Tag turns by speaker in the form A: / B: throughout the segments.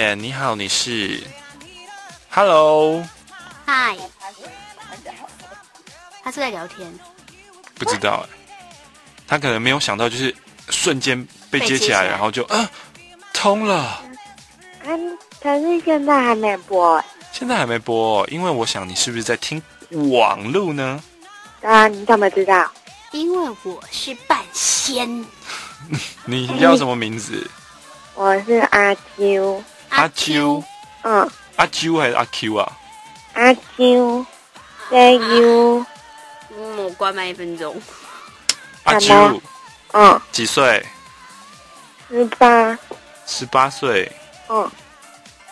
A: 耶，你好，你是？Hello，
B: 嗨，他是在聊天，
A: 不知道哎，他可能没有想到，就是瞬间被接
B: 被接
A: 起
B: 起
A: 来，
B: 来
A: 然后就啊通了。
C: 还可是现在还没播，
A: 现在还没播、哦，因为我想你是不是在听网路呢？
C: 啊，你怎么知道？
B: 因为我是半仙
A: 你叫什么名字？
C: 我是阿啾，
A: 阿啾，
C: 嗯，
A: 阿啾还是阿 Q 啊？
C: 阿啾，J U，
B: 嗯，我关麦一分钟。
A: 阿
C: 什么
A: 啾
C: 嗯，
A: 几岁？
C: 十八，
A: 十八岁。
C: 嗯，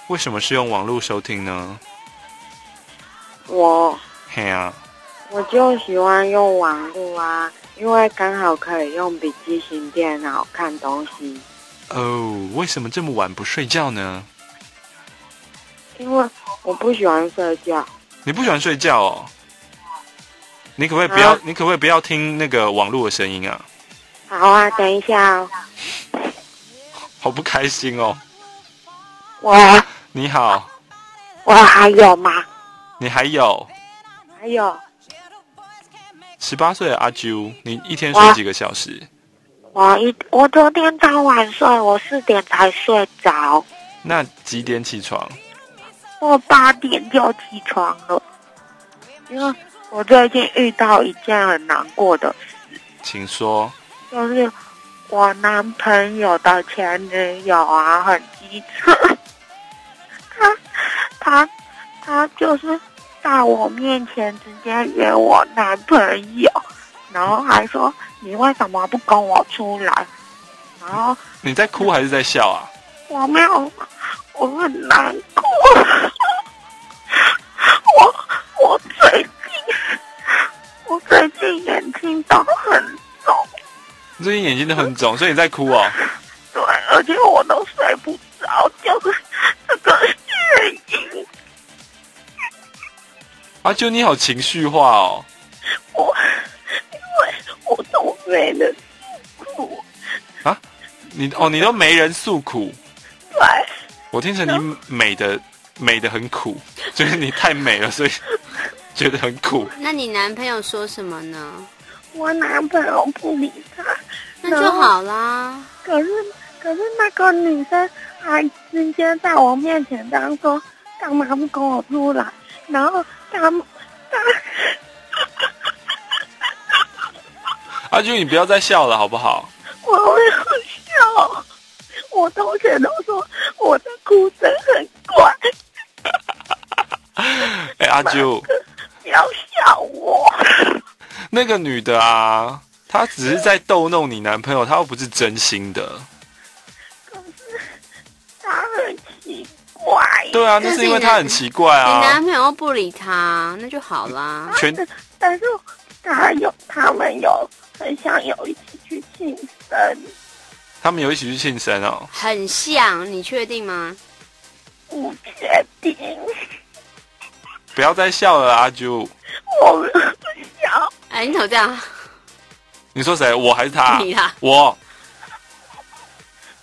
A: 为什么是用网络收听呢？
C: 我
A: 嘿啊，
C: 我就喜欢用网络啊，因为刚好可以用笔记型电脑看东西，
A: 哦，为什么这么晚不睡觉呢？
C: 因为我不喜欢睡觉，
A: 你不喜欢睡觉哦？你可不可以不要？
C: 啊
A: 你可不可以不要听那个网络的声音啊？
C: 好啊，等一下哦，
A: 好不开心哦！
C: 我
A: 你好，
C: 我还有吗？
A: 你还有
C: 还有，
A: 十八岁的阿啾，你一天睡几个小时？
C: 我一我昨天超晚睡，我四点才睡着。
A: 那几点起床？
C: 我八点就起床了，因为我最近遇到一件很难过的，
A: 请说。
C: 就是我男朋友的前女友啊，很机车，他他他就是在我面前直接约我男朋友，然后还说你为什么不跟我出来，然后
A: 你在哭还是在笑啊？
C: 我没有，我很难过。我我最近我最近眼睛都很肿，
A: 你最近眼睛都很肿，所以你在哭哦。
C: 对，而且我都睡不着，就是这个原因。
A: 阿啾，你好情绪化哦。
C: 我因为我都没了哭，
A: 你哦，你都没人诉苦，
C: 对，
A: 我听成你美的美的很苦，就是你太美了，所以觉得很苦。
B: 那你男朋友说什么呢？
C: 我男朋友不理他，
B: 那就好啦。
C: 可是可是那个女生还直接在我面前这样说，干嘛不跟我出来？然后他们他
A: 阿啾，你不要再笑了好不好？
C: 我会很笑，我同学都说我的哭声很怪，
A: 哎、阿啾，
C: 不要笑我。
A: 那个女的啊，她只是在逗弄你男朋友，她又不是真心的。
C: 他很奇怪，
A: 对啊，那是因为她很奇怪
B: 你男
A: 啊。
B: 朋友不理他，那就好啦。
A: 全
C: 但是他有他们有很想有一起去庆生，
A: 他们有一起去庆生哦。
B: 很像，你确定吗？
C: 不确定，
A: 不要再笑了啦，阿啾。
C: 我们笑。
B: 哎，你怎么这样？
A: 你说谁？我还是他？
B: 你啊啦
A: 我。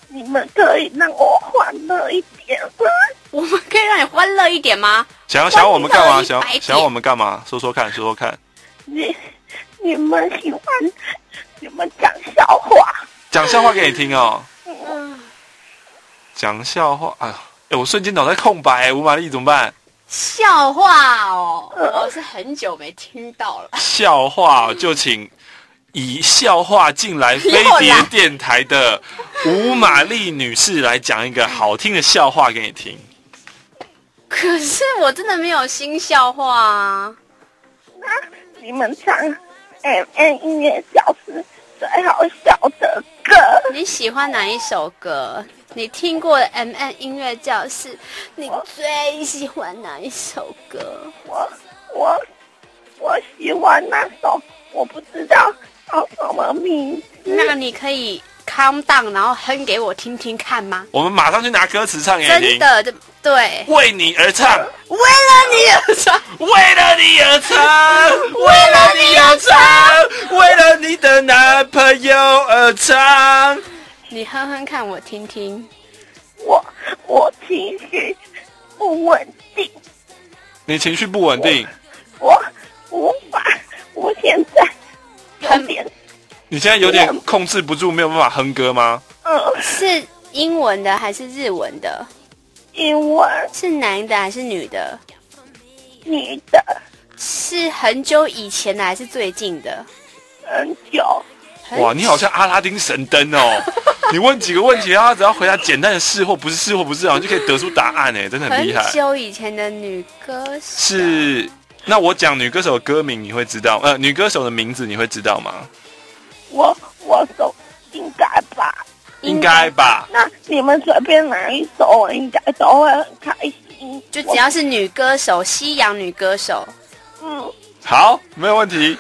C: 你们可以让我欢乐一点吗？
B: 我们可以让你欢乐一点吗？
A: 想要想要我们干嘛？
B: 关闭
A: 想
B: 到了
A: 要
B: 100
A: 想要我们干嘛？说说看，说说看，
C: 你你们喜欢你们讲笑话，
A: 讲笑话给你听哦。
B: 嗯，
A: 讲笑话啊！哎，我瞬间脑袋空白，吴玛丽怎么办？
B: 笑话哦，我是很久没听到了。
A: 笑话就请以笑话进来飞碟电台的吴玛丽女士来讲一个好听的笑话给你听。
B: 可是我真的没有新笑话啊！
C: 你们唱 M N 音乐教室最好笑的歌。
B: 你喜欢哪一首歌？你听过的 M N 音乐教室，你最喜欢哪一首歌？
C: 我我我喜欢那首，我不知道叫什么名字。
A: 嗯
B: 那个你可以 calm down，然后哼给我听听看吗？
A: 我们马上去拿歌词唱给你
B: 真
A: 听，
B: 的，对对，
A: 为你而唱，
B: 为了你而唱，
A: 为了你而唱，为了你而唱，为了你的男朋友而唱。
B: 你哼哼看我听听。
C: 我我情绪不稳定，
A: 你情绪不稳定，
C: 我无法，我现在有点
A: 你现在有点控制不住，没有办法哼歌吗？
C: 嗯，
B: 是英文的还是日文的？
C: 因为
B: 是男的还是女的？
C: 女的
B: 是很久以前的还是最近的？
C: 很久，
B: 很
A: 哇，你好像阿拉丁神灯哦！ 你问几个问题，然后他只要回答简单的是或不是，是或不是，然后就可以得出答案，哎，真的很厉害
B: 很。久以前的女歌手
A: 是，那我讲女歌手的歌名你会知道，呃，女歌手的名字你会知道吗？
C: 我我手应该吧？
A: 应该吧。
C: 那你们随便哪啊一首，我应该都会很开心。
B: 就只要是女歌手，西洋女歌手。
C: 我嗯，
A: 好，没有问题。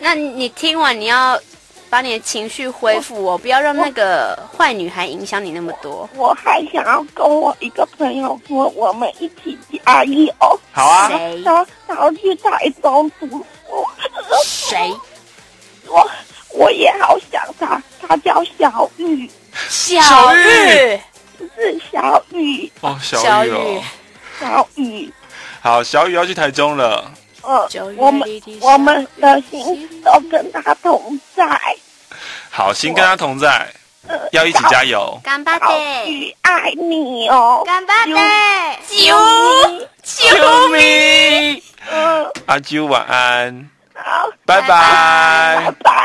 B: 那你听完，你要把你的情绪恢复哦，不要让那个坏女孩影响你那么多。
C: 我还想要跟我一个朋友说，我们一起加油。
A: 好啊，
B: 谁
C: 他他要去台中读书，
B: 谁？
C: 我我也好想他，他叫小雨，
B: 小
A: 玉
B: 玉，
C: 是小雨，
A: 哦，小雨哦
B: 小，
C: 小雨，
A: 好，小雨要去台中了。
C: 呃
B: 小雨，
C: 我们我们的心都跟他同在，
A: 好，心跟他同在，
C: 呃，
A: 要一起加油。
B: 干巴
C: 小小
B: 爹，
C: 雨爱你哦，
B: 干巴爹，啾
C: 啾，
A: 救命！
C: 嗯，
A: 阿啾，晚安，
C: 好，
A: 拜
B: 拜
A: 拜
C: 拜。拜。